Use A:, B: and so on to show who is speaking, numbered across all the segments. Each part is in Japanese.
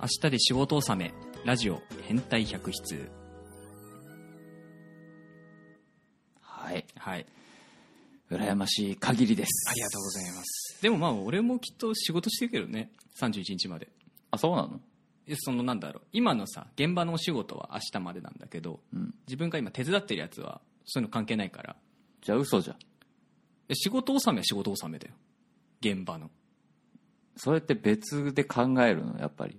A: 明日で仕事納め、ラジオ、変態百出。
B: はい。
A: はい。
B: 羨ましい限りです。
A: ありがとうございます。でもまあ、俺もきっと仕事してるけどね。31日まで。
B: あ、そうなの
A: えそのなんだろう。今のさ、現場のお仕事は明日までなんだけど、
B: うん。
A: 自分が今手伝ってるやつは、そういうの関係ないから。
B: じゃあ嘘じゃん。
A: え仕事納めは仕事納めだよ。現場の。
B: それって別で考えるの、やっぱり。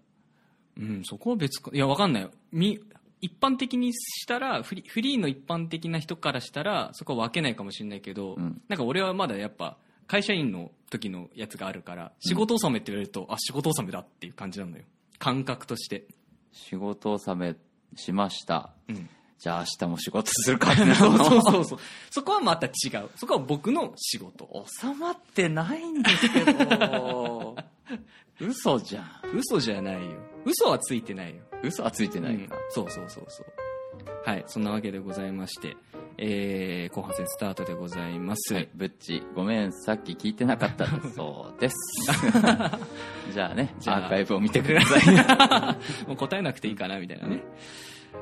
A: うん、そこは別か。いや、わかんないよ。み一般的にしたらフリ、フリーの一般的な人からしたら、そこは分けないかもしれないけど、
B: うん
A: なんか俺はまだやっぱ、会社員の時のやつがあるから、仕事納めって言われると、あ、仕事納めだっていう感じなのよ。感覚として。
B: 仕事納めしました。
A: うん。
B: じゃあ明日も仕事するかってな る
A: そう
B: の
A: そうそうそう。そこはまた違う。そこは僕の仕事。
B: 収まってないんですけど 嘘じゃん
A: 嘘じゃないよ。嘘はついてないよ。
B: 嘘はついてないか
A: うん、そうそうそうそうはいそんなわけでございまして、えー、後半戦スタートでございます、
B: はいブッチごめんさっき聞いてなかったですそ うですじゃあね
A: じゃあ
B: アーカイブを見てくだ さい
A: もう答えなくていいかなみたいなね、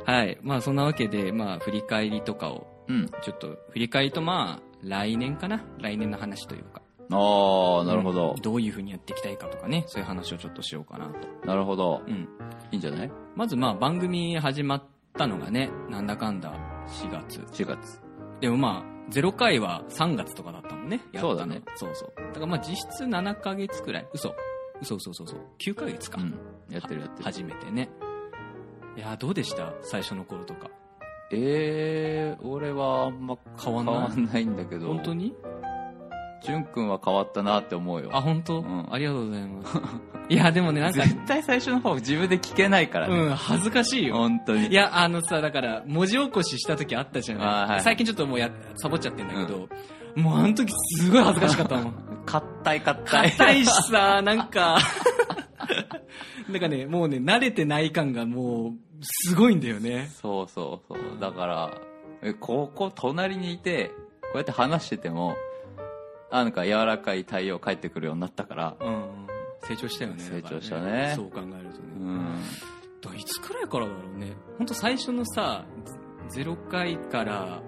A: はいまあそんなわけでまあ振り返りとかを
B: うん
A: ちょっと振り返りとまあ来年かな来年の話というか
B: ああなるほど
A: うん、どういうふうにやっていきたいかとかねそういう話をちょっとしようかなと、
B: なるほど
A: うん、
B: いいんじゃない
A: まずまあ番組始まったのがねなんだかんだ4月
B: 4月
A: でもまあ、0回は3月とかだったもんね。やったの
B: そうだね。
A: そうそう。だからまあ実質7ヶ月くらい。嘘。嘘嘘嘘嘘。9ヶ月か。
B: うんやってるやってる
A: 初めてね。いやー、どうでした最初の頃とか。
B: えー、俺はあんま
A: 変わん
B: 変
A: ない
B: わんないんだけど
A: 本当に
B: ジュン君は変わったなって思うよ
A: あ、本当、
B: うん
A: ありがとうござい ます。いや、でもね、なんか、
B: 絶対最初の方自分で聞けないからね、
A: うん、恥ずかしいよ。
B: 本当に
A: いや、あのさ、だから、文字起こしした時あったじゃない
B: あーはい
A: 最近ちょっともうや、サボっちゃってんだけど、もうあの時すごい恥ずかしかったも ん。
B: 硬い硬い
A: 硬いしさ、なんか、 なんかね、もうね、慣れてない感がもう、すごいんだよね。
B: そうそうそう。だから、えここ隣にいて、こうやって話してても、あなんか柔らかい対応返ってくるようになったから、
A: うん。成長したよね。
B: 成長したね
A: だからそう考えると
B: う
A: ね。
B: ん。
A: だからいつくらいからだろうね。ほんと最初のさ、0回から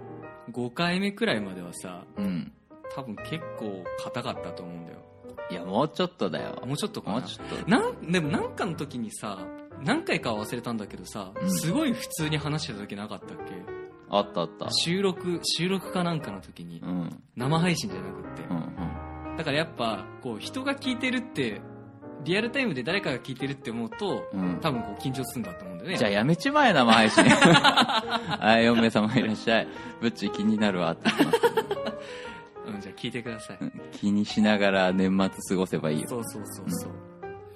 A: 5回目くらいまではさ、
B: うん。
A: 多分結構硬かったと思うんだよ。
B: いや、もうちょっとだよ。
A: もうちょっとか
B: も
A: な
B: う。ちょっと。
A: なん、でもなんかの時にさ、何回かは忘れたんだけどさ、
B: うん
A: すごい普通に話してた時なかったっけ
B: あったあった。
A: 収録、収録かなんかの時に
B: う、ん。
A: 生配信じゃなくって
B: うん。う。ん。
A: だからやっぱ、こう、人が聞いてるって、リアルタイムで誰かが聞いてるって思うと、
B: うん。
A: 多分こう緊張するんだと思うんだよね。
B: じゃあやめちまえ、生配信。はい、4名様いらっしゃい。ぶっち気になるわって言ってます
A: うん、じゃあ聞いてください。
B: うん気にしながら年末過ごせばいいよ。
A: そうそうそうそう。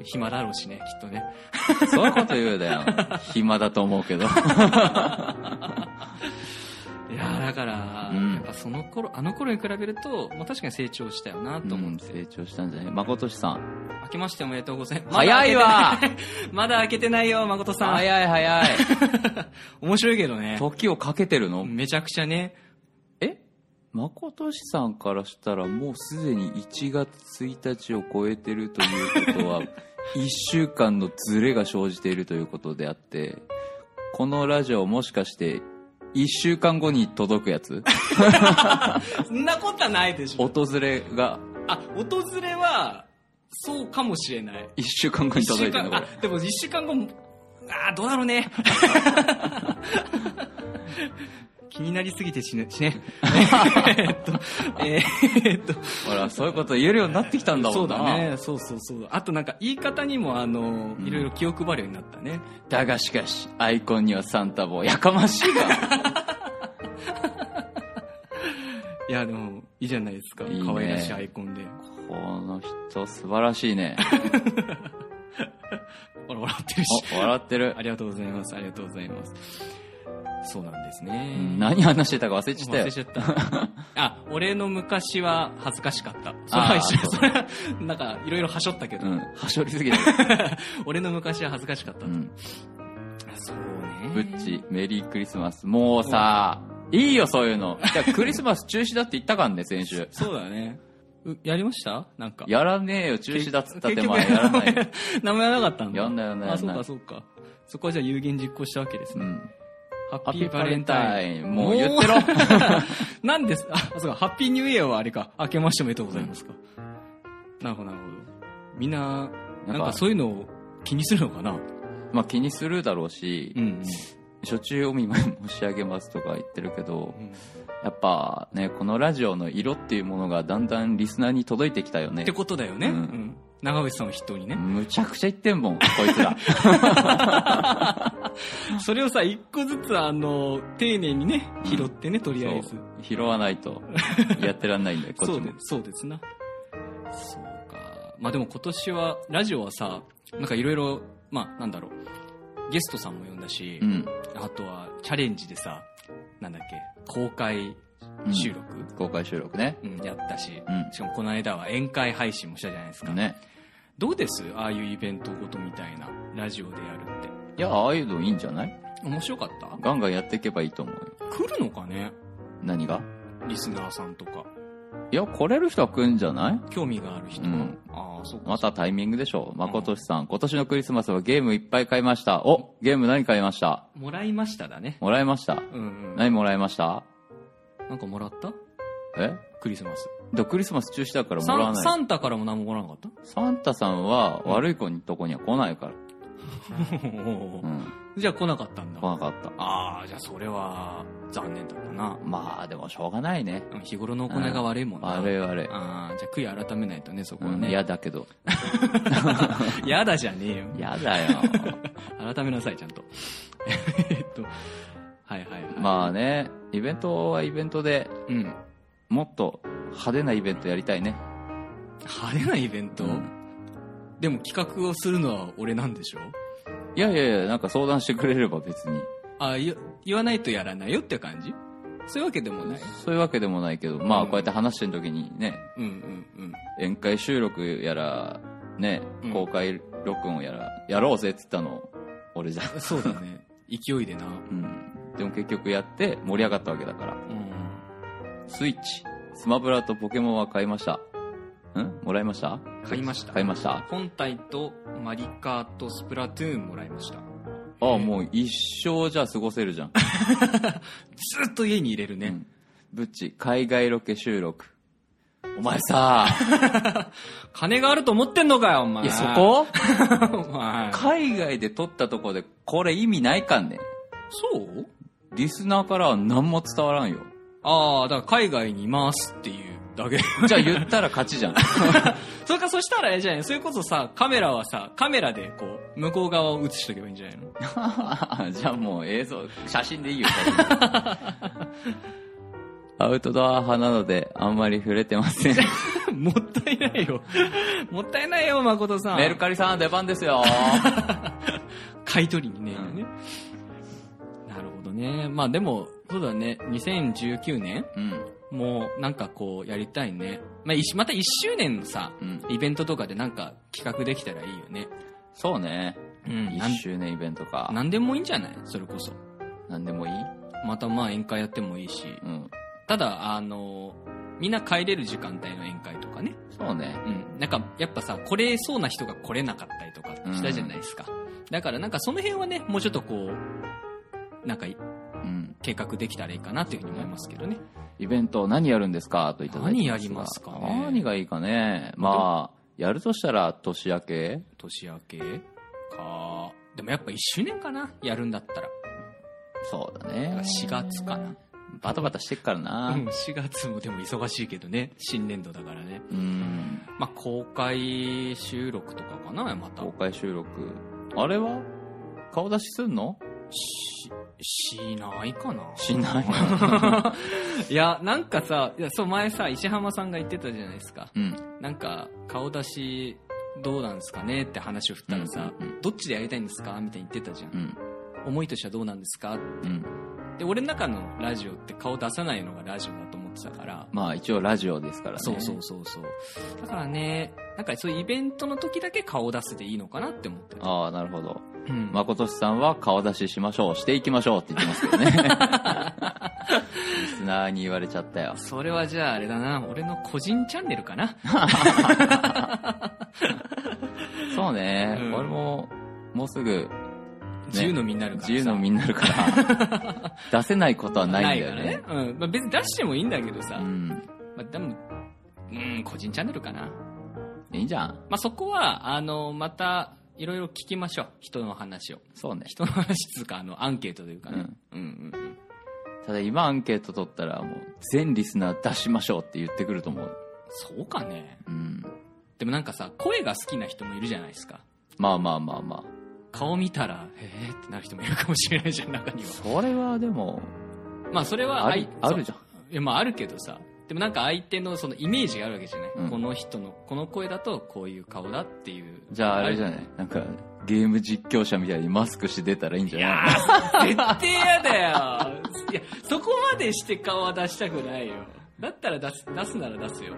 A: 暇だろうしね、きっとね。
B: そういうこと言 うだよ。暇だと思うけど。
A: いやーだから、
B: うん
A: やっぱその頃、あの頃に比べると、まあ確かに成長したよ なと思
B: う
A: っ
B: ん
A: て。
B: 成長したんじゃない誠さん。
A: 明けましておめでとうございます。
B: 早いわ
A: まだ開けてない まだ開けてないよ、誠さん。
B: 早 い早い。
A: 面白いけどね。
B: 時をかけてるの
A: めちゃくちゃね。
B: え誠氏さんからしたらもうすでに1月1日を超えてるというこ とは、1週間のズレが生じているということであって、このラジオもしかして、1週間後に届く やつ
A: そんなことはないでしょ。
B: 訪れが
A: あ、訪れは、そうかもしれない。
B: 1週間後に
A: 一
B: 届
A: 週
B: いてる
A: 間
B: のこれ
A: あ。でも一週間後もあーどうだろう ね気になりすぎて死ぬし ねえーっとえーっと
B: ほら、そういうこと言えるようになってきたんだ
A: そ
B: も
A: うん
B: な。
A: だねそうそうそうあとなんか言い方にもあの
B: うん
A: いろいろ気を配るようになったね、
B: だがしかし、アイコンにはサンタボー、やかまし いが。
A: いやでもいいじゃないですか
B: いいね
A: 可愛らしいアイコンで
B: この人、素晴らし いね。
A: ほら笑ってるし
B: お笑ってる
A: あ。りがとうございますありがとうございますそうなんですね、
B: 何話してたか忘れちゃった
A: 忘
B: よ
A: れ。ちゃった。あ、俺の昔は恥ずかしかった。それ
B: あ
A: は
B: ー
A: 一緒。それは、なんか、いろいろはしょったけど、
B: うん、はしょりすぎる。
A: 俺の昔は恥ずかしかった。
B: うん。
A: そうね。
B: ブッチ、メリークリスマス。も うさ、いいよ、そういうの。じゃあクリスマス中止だって言ったかんね、先週。
A: そうだね。うやりましたなんか。
B: やらねえよ、中止だっつったって、まあ、
A: 結
B: やら
A: 局
B: ない。。
A: 名前はなかったんだ。
B: やんないやんないや
A: あ、
B: ん
A: そう
B: ない
A: かそうか。そこはじゃあ有言実行したわけです
B: う
A: ね。
B: ん。
A: ハッ
B: ハッ
A: ピ
B: ピ
A: ー
B: ー
A: バ
B: バ
A: レ
B: レ
A: ン
B: ン
A: タ
B: タ
A: イン。
B: イン。もう言ってろ。
A: なんです、あ、そうか、ハッピーニューイヤーはあれか、明けましておめでとうございますか。なるほど、なるほど。みんな、
B: な
A: なんん
B: か
A: か、そういうのを気にするのかな
B: まあ気にするだろうし、
A: うんうん。
B: 初中お見舞い申し上げますとか言ってるけど、やっぱね、このラジオの色っていうものがだんだんリスナーに届いてきたよね
A: って。ことだよね。
B: う
A: うんん。長渕さんを筆頭にね。
B: むちゃくちゃ言ってんもん、こいつら。
A: それをさ、一個ずつ、あの、丁寧にね、拾ってね、 とりあえず
B: そ。う拾わないと、やってらんないんだよ、こっ
A: そ
B: ち
A: うで
B: も。
A: そうですなそうかまあでも今年はラジオはさなんかいろいろまあなんだろうゲストさんも呼んだし、
B: うん。
A: あとはチャレンジでさなんだっけ公開
B: うん
A: 収録、
B: 公開収録ね。
A: うんやったし
B: う
A: しかもこの間は宴会配信もしたじゃないですか、
B: ん。ね。
A: どうですああいうイベントごとみたいなラジオでやるって
B: いや、ああいうのいいんじゃない
A: 面白かった
B: ガンガンやっていけばいいと思うよ。
A: 来るのかね
B: 何が
A: リスナーさんとか
B: いや、来れる人は来るんじゃない
A: 興味がある人が、
B: うん
A: ああそうか
B: またタイミングでしょう。まことしさん、今年のクリスマスはゲームいっぱい買いました。おゲーム何買いました
A: もらいましただね
B: もらいました。
A: うんうん
B: 何もらいました
A: なんかもらった
B: え
A: クリスマス
B: だクリスマス中止だからも
A: サ
B: らわ
A: ン
B: な
A: サ
B: い。
A: ンタからも何ももらわなかっ
B: サンタさんは悪い子のとこには来ないから。
A: た、
B: うん。
A: じゃあ来なかったんだ
B: 来なかった。
A: ああじゃあそれは残念だったな
B: まあ、でもしょうがないね。
A: うん日頃の行いが悪いもんな、
B: 悪い悪い。
A: ああじゃあ悔い改めないとねそこは
B: うん、
A: ね、
B: 嫌だけど。
A: やだじゃねえよ
B: 嫌だよ。
A: 改めなさいちゃんと えっとはいはいはい
B: まあね、イベントはイベントで
A: うん
B: もっと派手なイベントやりたいね。
A: 派手なイベント、
B: うん
A: でも企画をするのは俺なんでしょ
B: いやいやいや、なんか相談してくれれば別に。
A: ああ言言わないとやらないよって感じそういうわけでもない
B: そういうわけでもないけど、まあ
A: うん
B: こうやって話してる時にね、
A: うんうんうん
B: 宴会収録やら、ね
A: う、ん
B: 公開録音やら、やろうぜって言ったの、俺じゃん。
A: そうだね勢いでな
B: うん。でも結局やって盛り上がったわけだから。
A: うん
B: スイッチ、スマブラとポケモンは買いました。んもらいました
A: 買いました
B: 買いました。あ
A: 本体とマリカーとスプラトゥーンもらいました
B: あ、もう一生じゃあ過ごせるじゃん。
A: ずっと家に入れ るね、
B: うんブッチ、海外ロケ収録。お前さ、
A: 金があると思ってんのかよお前
B: いや、そこ
A: お前
B: 海外で撮ったとこで、これ意味ないかんねん。
A: そう
B: リスナーからは何も伝わらんよ。
A: ああだから海外にいますっていうだけ
B: じゃあ言ったら勝ちじゃん。
A: それかそしたらあれじゃないそれこそさカメラはさカメラでこう向こう側を映しとけばいいんじゃないの
B: じゃあもう映像、写真でいいよ。写真 アウトドア派なので、あんまり触れてません。
A: もったいない よもったいないよ誠さん
B: メルカリさん、出番です よ。
A: 買い取りにね、
B: うん
A: ねなるほどねまあでもそうだね2019年
B: うん。
A: もうなんかこうやりたいね、まあ、いしまた1周年のさ
B: うん。
A: イベントとかでなんか企画できたらいいよね
B: そうね。
A: うん
B: 一
A: なん
B: 周年イベントか。
A: なんでもいいんじゃないそれこそ
B: なんでもいい
A: またまあ宴会やってもいいし
B: うん。
A: ただあのみんな帰れる時間帯の宴会とかね
B: そうね。
A: うんなんかやっぱさ来れそうな人が来れなかったりとかしたじゃないですか、だからなんかその辺はねもうちょっとこうなんか
B: うん。
A: 計画できたらいいかなというふうに思いますけどね
B: イベント何やるんですかといただいて
A: 何やりますかね
B: 何がいいかね。まあ、やるとしたら年明け
A: 年明けかでもやっぱ1周年かなやるんだったら
B: そうだね。
A: 4月かな。
B: バタバタしてっからな。
A: うん、4月もでも忙しいけどね新年度だからね
B: うん。
A: まあ公開収録とかかなまた
B: 公開収録あれは顔出しすんの
A: ししないかな
B: しない
A: いやなんかさいやそう前さ石浜さんが言ってたじゃないですか
B: うん
A: なんか顔出しどうなんですかねって話を振ったらさ、
B: うんうんうん
A: どっちでやりたいんですかみたいに言ってたじゃん、
B: うん
A: 思いとしてはどうなんですか
B: うん
A: で俺の中のラジオって顔出さないのがラジオだと思っってたから、
B: まあ一応ラジオですからね
A: そうそうそうそうだからねなんかそういうイベントの時だけ顔を出すでいいのかなって思ってる
B: ああなるほど
A: うん
B: 誠さんは顔出ししましょうしていきましょうって言ってます けどねリスナーに言われちゃったよ
A: それはじゃああれだな俺の個人チャンネルかな
B: そうね、
A: うん
B: 俺ももうすぐ
A: 自由の身になるからさ
B: 自由の身になるから 出せないことはないんだよね
A: ないからね、うんまあ、別に出してもいいんだけどさ、
B: うん
A: まあ、でもうん個人チャンネルかな、ま
B: いいじゃん
A: あ、そこはあのまたいろいろ聞きましょう人の話を
B: そうね
A: 人の話っつうかあのアンケートというかね、うんうんうん
B: ただ今アンケート取ったらもう全リスナー出しましょうって言ってくると思う
A: そうかね
B: うん
A: でもなんかさ声が好きな人もいるじゃないですか
B: まあまあまあまあ
A: 顔見たらえー、ってなる人もいるかもしれないじゃん 中には
B: それはでも
A: まあそれは
B: あり
A: 相
B: あるじゃん
A: いやまああるけどさでもなんか相手のそのイメージがあるわけじゃない、
B: うん
A: この人のこの声だとこういう顔だっていう
B: じゃああれじゃ
A: い
B: ないなんかゲーム実況者みたいにマスクして出たらいいんじゃ
A: い
B: ない
A: やー絶対嫌だよいやそこまでして顔は出したくないよだったら出す出すなら出すよ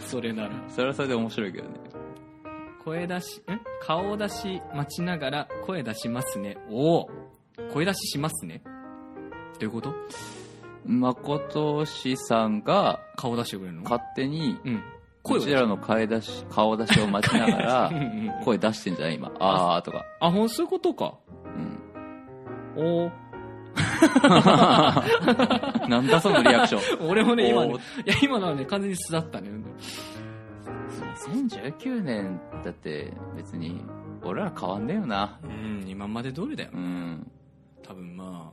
A: それなら
B: それはそれで面白いけどね
A: 声出しん顔出し待ちながら声出しますねおお声出ししますねどういうこと
B: 誠氏さんが
A: 顔出してくれるの
B: 勝手に
A: うん
B: こ
A: 出
B: ち
A: し
B: らの顔出し顔出しを待ちなが
A: うんう
B: ら
A: んうん
B: 声出してんじゃない今あーとか
A: あほんそういうことか
B: うん
A: おお
B: なんだ そのリアクション
A: 俺もね今ね
B: おー
A: いや今のはね完全に素だったね
B: 2019年だって別に俺ら変わんねえよな
A: うん今まで通りだよ
B: うん
A: 多分ま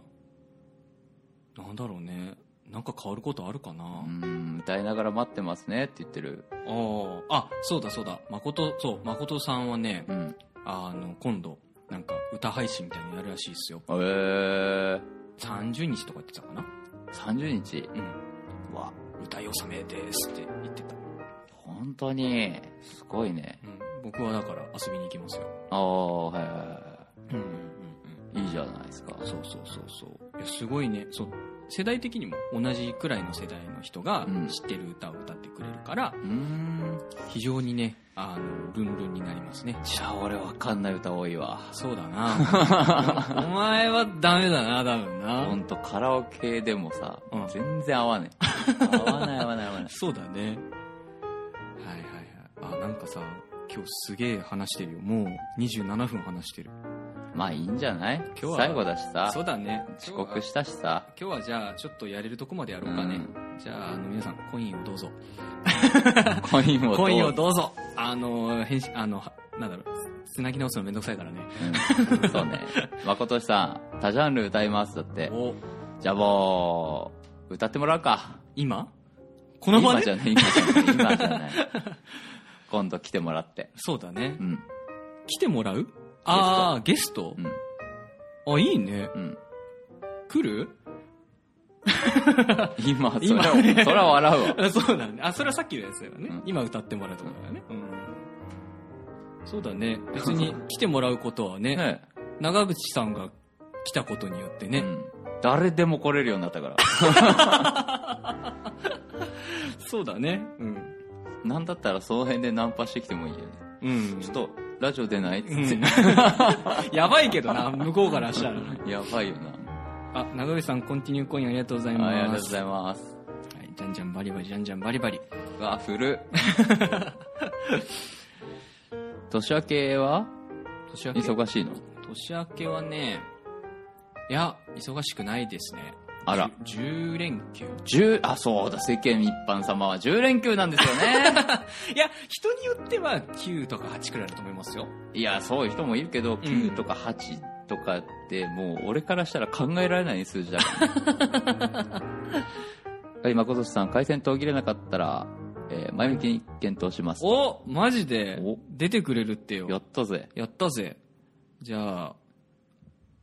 A: あなんだろうねなんか変わることあるかな、
B: うん歌いながら待ってますねって言ってる
A: あああそうだそうだ誠そう誠さんはね
B: うん
A: あの今度なんか歌配信みたいなのやるらしいですよ
B: えー、
A: 30日とか言ってたかな
B: 30日
A: うん
B: わ
A: 歌い納めですって言ってた、
B: 本当にすごいね
A: うん、僕はだから遊びに行きますよ
B: ああはいはいは
A: うんうんうん
B: いいいじゃないですか
A: そうそうそうそういやすごいねそう世代的にも同じくらいの世代の人が
B: うん
A: 知ってる歌を歌ってくれるから、
B: うーん
A: 非常にねあのルンルンになりますね
B: じゃあ俺わかんない歌多いわ
A: そうだ なお前はダメだな多分
B: ほ
A: なん
B: とカラオケでもさ、
A: うん
B: 全然合わねえ合わない合わない合わない
A: そうだねはいはいはいあなんかさ今日すげえ話してるよもう27分話してる
B: まあいいんじゃない
A: 日は
B: 最後だしさ
A: そうだね
B: 遅刻したしさ
A: 今日はじゃあちょっとやれるとこまでやろうかね、じゃああの皆さんコインをどうぞ
B: コインをどう
A: コインをどうぞあの返信あのはなんだろうつなぎ直すのめんどくさいからね
B: うんそうね誠さん多ジャンル歌いますだって
A: お
B: じゃあもう歌ってもらうか
A: 今この場
B: 今じ
A: で
B: ゃない今じゃない今じゃない今度来てもらって
A: そうだね
B: うん
A: 来てもらうああゲスト
B: うん
A: あいいね
B: うん
A: 来る
B: 今それ
A: 今
B: はそれは笑うわ
A: あ そうだね。あ、それはさっきのやつだよね。
B: うん
A: 今歌ってもらうところだよね。うん。そうだ ね。別に来てもらうことはね、
B: ね
A: 長渕さんが来たことによってね、
B: うん誰でも来れるようになったから
A: そうだね。うん。
B: なんだったらその辺でナンパしてきてもいいよね
A: うん。
B: ちょっとラジオ出ないっつっ
A: うん
B: て、
A: やばいけど な、向こうからしたら。
B: やばいよな
A: あ、長渕さん、コンティニューコインありがとうござい
B: あ
A: ます。
B: ありがとうございます
A: はい、じゃんじゃんバリバリ、じゃんじゃんバリバリ。
B: うわ古っ 年明けは
A: 年明け
B: 忙しいの
A: 年明けはね、いや、忙しくないですね。
B: あら
A: じゅ。10連休。
B: 10あそうだ世間一般様は10連休なんです よね
A: いや、人によっては9とか8くらいだと思いますよ。
B: いやそういう人もいるけど9とか8とかってもう俺からしたら考えられない数字 だから、ね、今今年さん回線途切れなかったら、えー前向きに検討します
A: おマジで
B: お
A: 出てくれるってよ。
B: や
A: や
B: ったぜ
A: ったぜ。じゃあ、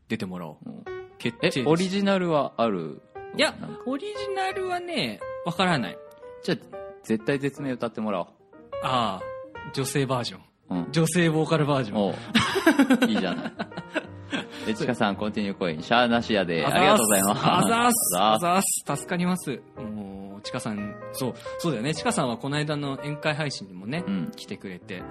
A: 出てもらおう。
B: うん
A: 決定
B: え
A: です
B: オリジナルはある
A: いや
B: なんか、
A: オリジナルはね、わからない。
B: じゃあ絶対絶命歌ってもらおう
A: ああ、女性バージョン。
B: うん
A: 女性ボーカルバージョン。
B: おういいじゃないえちかさん、コンティニューコイン、シャーなしやで、ありがとうございます。
A: あざーす。あ
B: あざー
A: ざーす。助かります。もう、ちかさん、そう、そうだよね。ちかさんはこの間の宴会配信にもね、
B: すうん。
A: 来てくれて、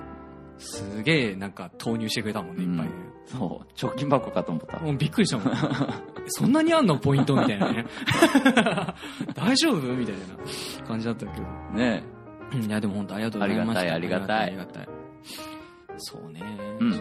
A: すげえなんか投入してくれたもんね、いっぱいね。
B: そう、貯金箱かと思った。
A: もうびっくりした もん。そんなにあんのポイントみたいなね。 大丈夫みたいな感じだったけど。
B: ね
A: うんいや、でも本当ありがとうございました。
B: ありがたいあ
A: あ
B: り
A: りがたい。ありがたいそうね。
B: うん
A: 4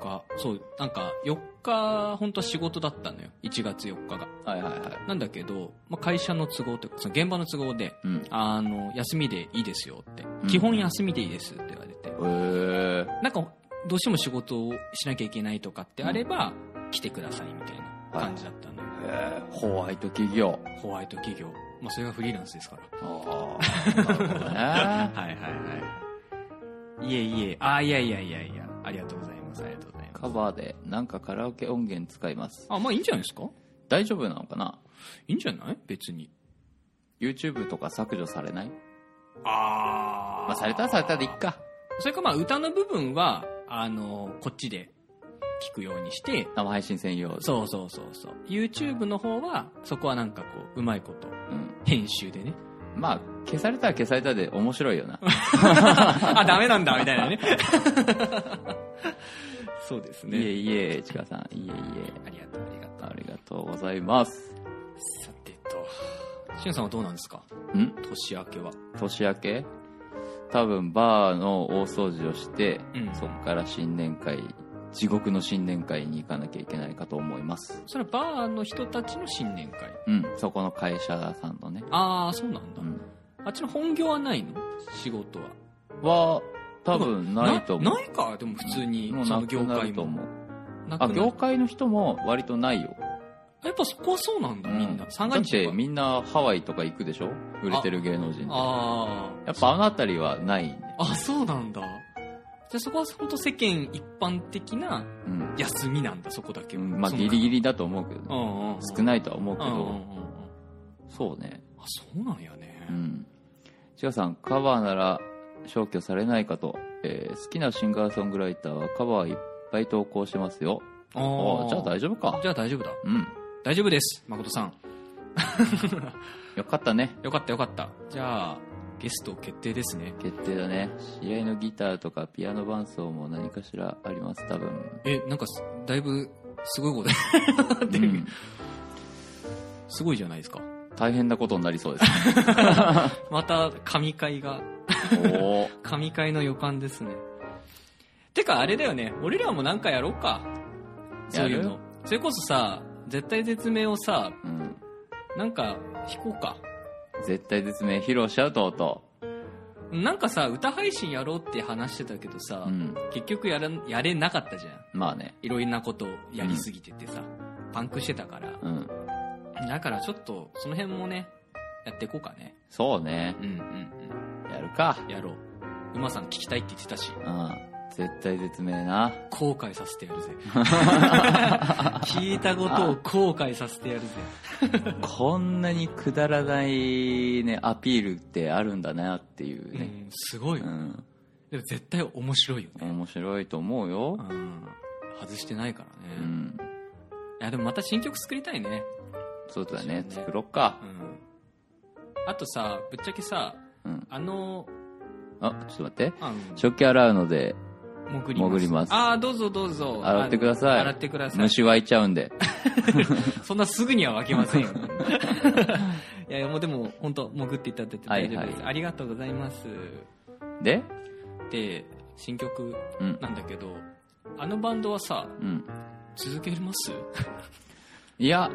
A: 日。そう、なんか、4日、本当は仕事だったのよ。1月4日が。
B: はいはいはい。
A: なんだけど、まあ、会社の都合というか、その現場の都合で、
B: うん。
A: あの、休みでいいですよって
B: うん。
A: 基本休みでいいですって言われて。
B: え
A: なんか、どうしても仕事をしなきゃいけないとかってあれば、来てくださいみたいな感じだったのよ。
B: ー、えー、ホワイト企業。
A: ホワイト企業。まあ、それがフリーランスですから。
B: ああ、なるほど ね。
A: はいはいはい。いえいえ、あーいやいやいやいや、ありがとうございます。ありがとうございます。
B: カバーで、なんかカラオケ音源使います。
A: あ、まあいいんじゃないですか
B: 大丈夫なのかない
A: いんじゃない別に。
B: ?YouTube とか削除されない
A: あ
B: まあ、されたらされたでいっ。か。
A: それかまあ歌の部分は、あの、こっちで聞くようにして、
B: 生配信専用。
A: そうそうそうそう。YouTube の方は、そこはなんかこう、うまいこと、
B: うん。
A: 編集でね。
B: まあ、消されたら消されたで面白いよな。
A: あ、ダメなんだ、みたいなね。そうです
B: いえ
A: ね。
B: いえ、ちかさん。いえいえ。
A: ありがとう、ありがとう。
B: ありがとうございます。
A: さてと。しゅんさんはどうなんですか
B: ん
A: 年明けは。
B: 年明け多分バーの大掃除をして、
A: うん
B: そっから新年会、地獄の新年会に行かなきゃいけないかと思います。
A: それはバーの人たちの新年会。
B: うん、そこの会社さんのね。
A: ああ、そうなんだ。
B: うん。
A: あっちの本業はないの仕事は。
B: は、多分ないと思う。
A: ないか、でも普通に、
B: もう
A: そ
B: な
A: の業
B: くな
A: 界
B: ると思
A: も。
B: う。
A: なくな
B: あ、
A: る
B: 業界の人も割とないよ。
A: やっぱそこはそうなんだ、みん
B: う
A: な。
B: ん
A: 三
B: だ
A: が
B: っ
A: 日
B: て
A: は。
B: みんなハワイとか行くでしょ売れてる芸能人って。
A: あ
B: やっぱあの辺りはないね。
A: あ。あ、そうなんだ。じゃあそこは本当世間一般的な
B: うん
A: 休みなんだ、そこだけ
B: う
A: は。
B: ん。まあ
A: そんな
B: ギリギリだと思うけど
A: う
B: ね。
A: んうんうん。
B: 少ないとは思う
A: う
B: け
A: んうんうんう
B: ど、
A: ん。
B: そうね。
A: あ、そうなんやね。
B: うん。ちかさん、カバーなら消去されないかと。えー好きなシンガーソングライターはカバーいっぱい投稿してますよ。
A: あ
B: あ
A: ー
B: あ、じゃあ大丈夫か
A: じ。ゃあ大丈夫だ。
B: うん。
A: 大丈夫です、誠さん。
B: よかったね。
A: よかったよかった。じゃあ、ゲスト決定ですね。
B: 決定だね。試合のギターとかピアノ伴奏も何かしらあります、多分。
A: え、なんかす、だいぶ、すごいこと
B: う
A: 出る
B: ん、
A: すごいじゃないですか。
B: 大変なことになりそうです。
A: また、神会が、
B: おー
A: 神会の予感ですね。てか、あれだよね。俺らもなんかやろうか。そういう
B: や
A: の。それこそさ、絶対絶命をさ、
B: うん。
A: なんか、弾こうか。
B: 絶対絶命披露しちゃうとうと
A: なんかさ、歌配信やろうって話してたけど
B: う。
A: さ、
B: うん。
A: 結局やらん、やれなかったじゃん。
B: まあね。
A: いろんなことをやりすぎててさ、パンクしてたから。
B: うん。
A: だからちょっと、その辺もね、やっていこうかね。
B: そうね
A: う。んうん
B: やるか。
A: うん。やろう。馬さん聞きたいって言ってたし、
B: うん。絶対絶命な。
A: 後悔させてや るぜ。聞いたことを後悔させてやるぜ。
B: こんなにくだらないね、アピールってあるんだなっていう
A: う
B: ね。
A: ん、すごいうよ。
B: ん。
A: でも絶対面白いよね。
B: 面白いと思うよ
A: う。ん。外してないからね。
B: うん。
A: いや、でもまた新曲作りたいね。
B: そうだね。
A: そうね
B: 作ろっか
A: う。ん。あとさ、ぶっちゃけさ、
B: うん。
A: あの、
B: あ、ちょっと待って。
A: あの
B: 食器洗うので、
A: 潜ります。
B: 潜ります
A: ああ、どうぞどうぞ。
B: 洗ってください
A: あの洗ってください。
B: 虫湧いちゃうんで。
A: そんなすぐには分けませ んよ。いやいや、もうでも、本当潜っていただいて大丈夫です。
B: はい
A: ありがとうございます。
B: で
A: で、新曲
B: うん。
A: なんだけど、あのバンドはさ、
B: うん。
A: 続けます
B: いや、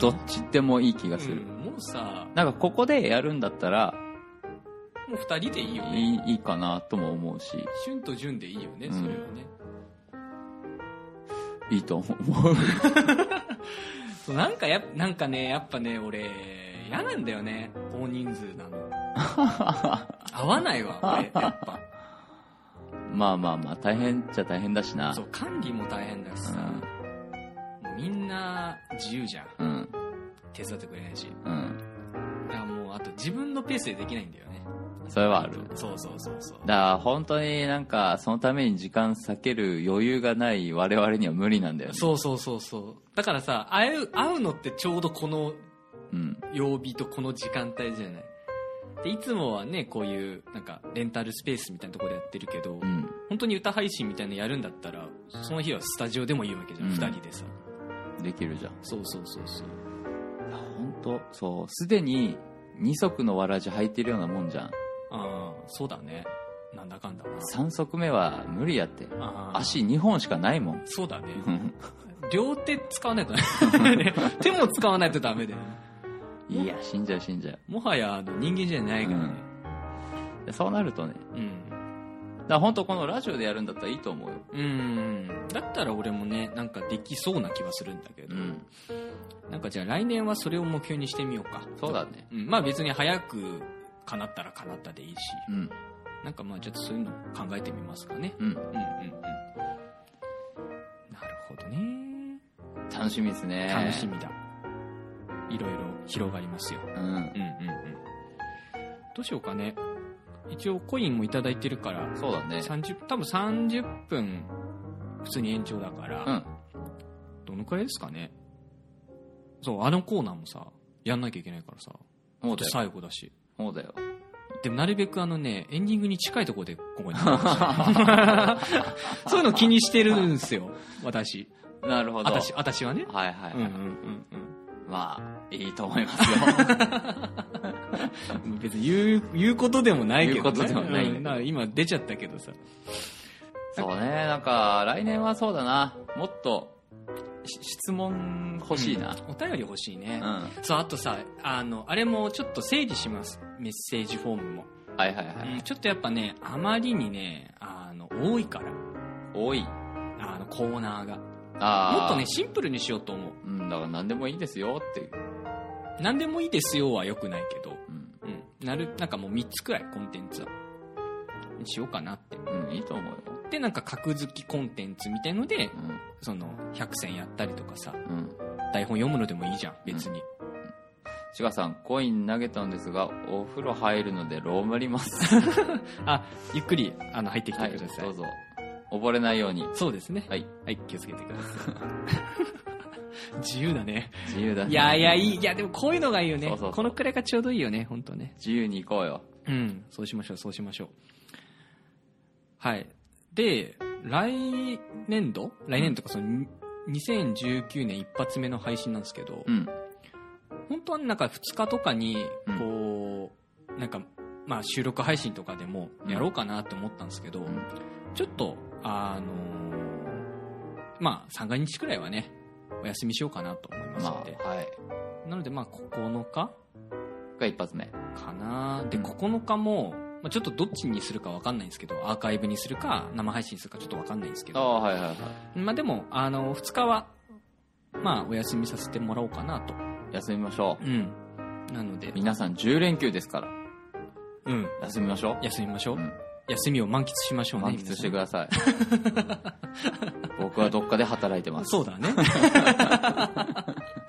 B: どっちでもいい気がす
A: う
B: る
A: ん。もうさ、
B: なんかここでやるんだったら、
A: もう二人でいいよね。
B: いいいいかなとも思うし、
A: シュンとジュンでいいよね、
B: うん
A: それはね。
B: いいと思う。
A: そうなんかや、なんかね、やっぱね、俺、嫌なんだよね。大人数 なの。合わないわ、俺、やっぱ。
B: まあまあまあ、大変っちゃ大変だしな
A: そ。う、管理も大変だしさ、もうみんな自由じゃん。
B: うん。
A: 手伝ってくれないし。
B: うん。
A: だからもう、あと自分のペースでできないんだよね。
B: それはある
A: そうそうそうそう
B: だから本当になんかそのために時間割ける余裕がない我々には無理なんだよね
A: そうそうそうそうだからさ会う会うのってちょうどこの
B: うん
A: 曜日とこの時間帯じゃないでいつもはねこういうなんかレンタルスペースみたいなところでやってるけど、
B: うん
A: 本当に歌配信みたいなのやるんだったらその日はスタジオでもいいわけじゃん、
B: うん
A: 2人でさ
B: できるじゃん
A: そうそうそうそう
B: いや本当そうすでに二足のわらじ履いてるようなもんじゃん
A: ああそうだねなんだかんだな
B: 三足目は無理やって
A: あー
B: 足二本しかないもん
A: そうだね両手使わないとね 手も使わないとダメだよ
B: いや死んじゃう死んじゃう
A: もはやあの人間じゃないからね
B: でそうなるとね
A: うん
B: だから本当このラジオでやるんだったらいいと思うよ
A: うんだったら俺もねなんかできそうな気はするんだけ
B: う
A: ど、
B: ん
A: なんかじゃあ来年はそれを目標にしてみようか
B: そうだね
A: うん、まあ別に早く叶ったら叶ったでいいし
B: うん
A: なんかまあちょっとそういうの考えてみますかね
B: うん
A: うんうんうんなるほどね
B: 楽しみですね
A: 楽しみだ、いろいろ広がりますよ
B: うん
A: うんうんうんどうしようかね一応コインもいただいてるから
B: そうだね
A: 30多分30分普通に延長だから、
B: うん
A: どのくらいですかねそうあのコーナーもさやんなきゃいけないからさ
B: そうだよ
A: 最後だし
B: そうだよ
A: でもなるべくあのねエンディングに近いところでここ にそういうの気にしてるんですよ私
B: なるほど
A: 私私はね
B: はいはい、
A: うんう
B: はい
A: ん
B: まあいいと思いますよ
A: うんうん 別に言う言うことでもないけど、ね、
B: 言うことでもない
A: うんな今出ちゃったけどさ
B: そうねなんか来年はそうだなもっとし質問欲しいな、
A: うんお便り欲しいね、
B: うん
A: そうあとさあのあれもちょっと整理しますメッセージフォームも、
B: はいはいはい。
A: うんちょっとやっぱねあまりにねあの多いから
B: 多い。
A: あのコーナーが
B: あー
A: もっとね、シンプルにしようと思う
B: うん、だから何でもいいですよっていう。
A: 何でもいいですよは良くないけど、
B: うん、
A: うん、なるなんかもう3つくらいコンテンツはにしようかなって
B: うん、いいと思うよ。
A: でなんか格付きコンテンツみたいので
B: うん、
A: その100選やったりとかさ
B: うん。
A: 台本読むのでもいいじゃん別に、
B: ちかさん、コイン投げたんですが、お風呂入るのでローマります。
A: あゆっくりあ の入ってき
B: は
A: て
B: い、
A: ください、
B: どうぞ。溺れないように。
A: そうですね
B: はい、
A: はい、気をつけてください。 自由だ ね。
B: 自由だ、
A: いやいや、いい。いや、でもこういうのがいいよね。
B: そうそうそう
A: このくらいがちょうどいいよね、本当ね。
B: 自由に行こうよ。
A: うん、そうしましょう、そうしましょう。はい。で、来年度来年度とか、その、に2019年一発目の配信なんですけど、
B: うん、
A: 本当はなんか2日とかに
B: うん、
A: こう、なんか、まあ収録配信とかでもやろうかなって思ったんですけど、
B: ん
A: ちょっと、あのーまあ、三が日くらいはね、お休みしようかなと思いますの
B: ま
A: で。
B: あ、はい。
A: なので、まあ、9日
B: が一発目。
A: かなで、
B: うん
A: 9日も、まあ、ちょっとどっちにするかわかんないんですけど、アーカイブにするか、生配信するかちょっとわかんないんですけ
B: あ
A: ど、
B: あ、はいはいはい。
A: まあ、でも、あの、2日は、まあ、お休みさせてもらおうかなと。
B: 休みましょう。
A: うん。なので、
B: 皆さん10連休ですから、
A: うん。
B: 休みましょう。
A: 休みましょう。
B: うん
A: 休みを満喫しましょうね。
B: 満喫してく
A: だ
B: ださい。 僕はどっかで働いてます。
A: そうだね。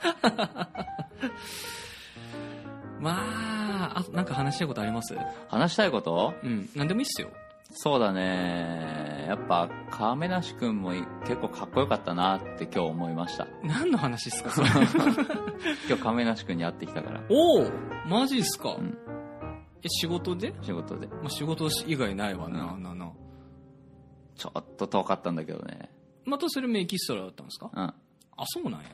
A: まあ、あとなんか話したいことあります
B: 話したいこと
A: うん、なんでもいいっすよ。
B: そうだね。やっぱ、亀梨くんもい結構かっこよかったなって今日思いました。
A: 何の話っすか、 それ。
B: 今日亀梨くんに会ってきたから、
A: おおマジっすか、
B: うん
A: え、仕事で
B: 仕事で。
A: まあ、仕事以外ないわな、
B: う
A: な、な。
B: ちょっと遠かったんだけどね。
A: またそれもエキストラだったんですか
B: うん。
A: あ、そうなんや。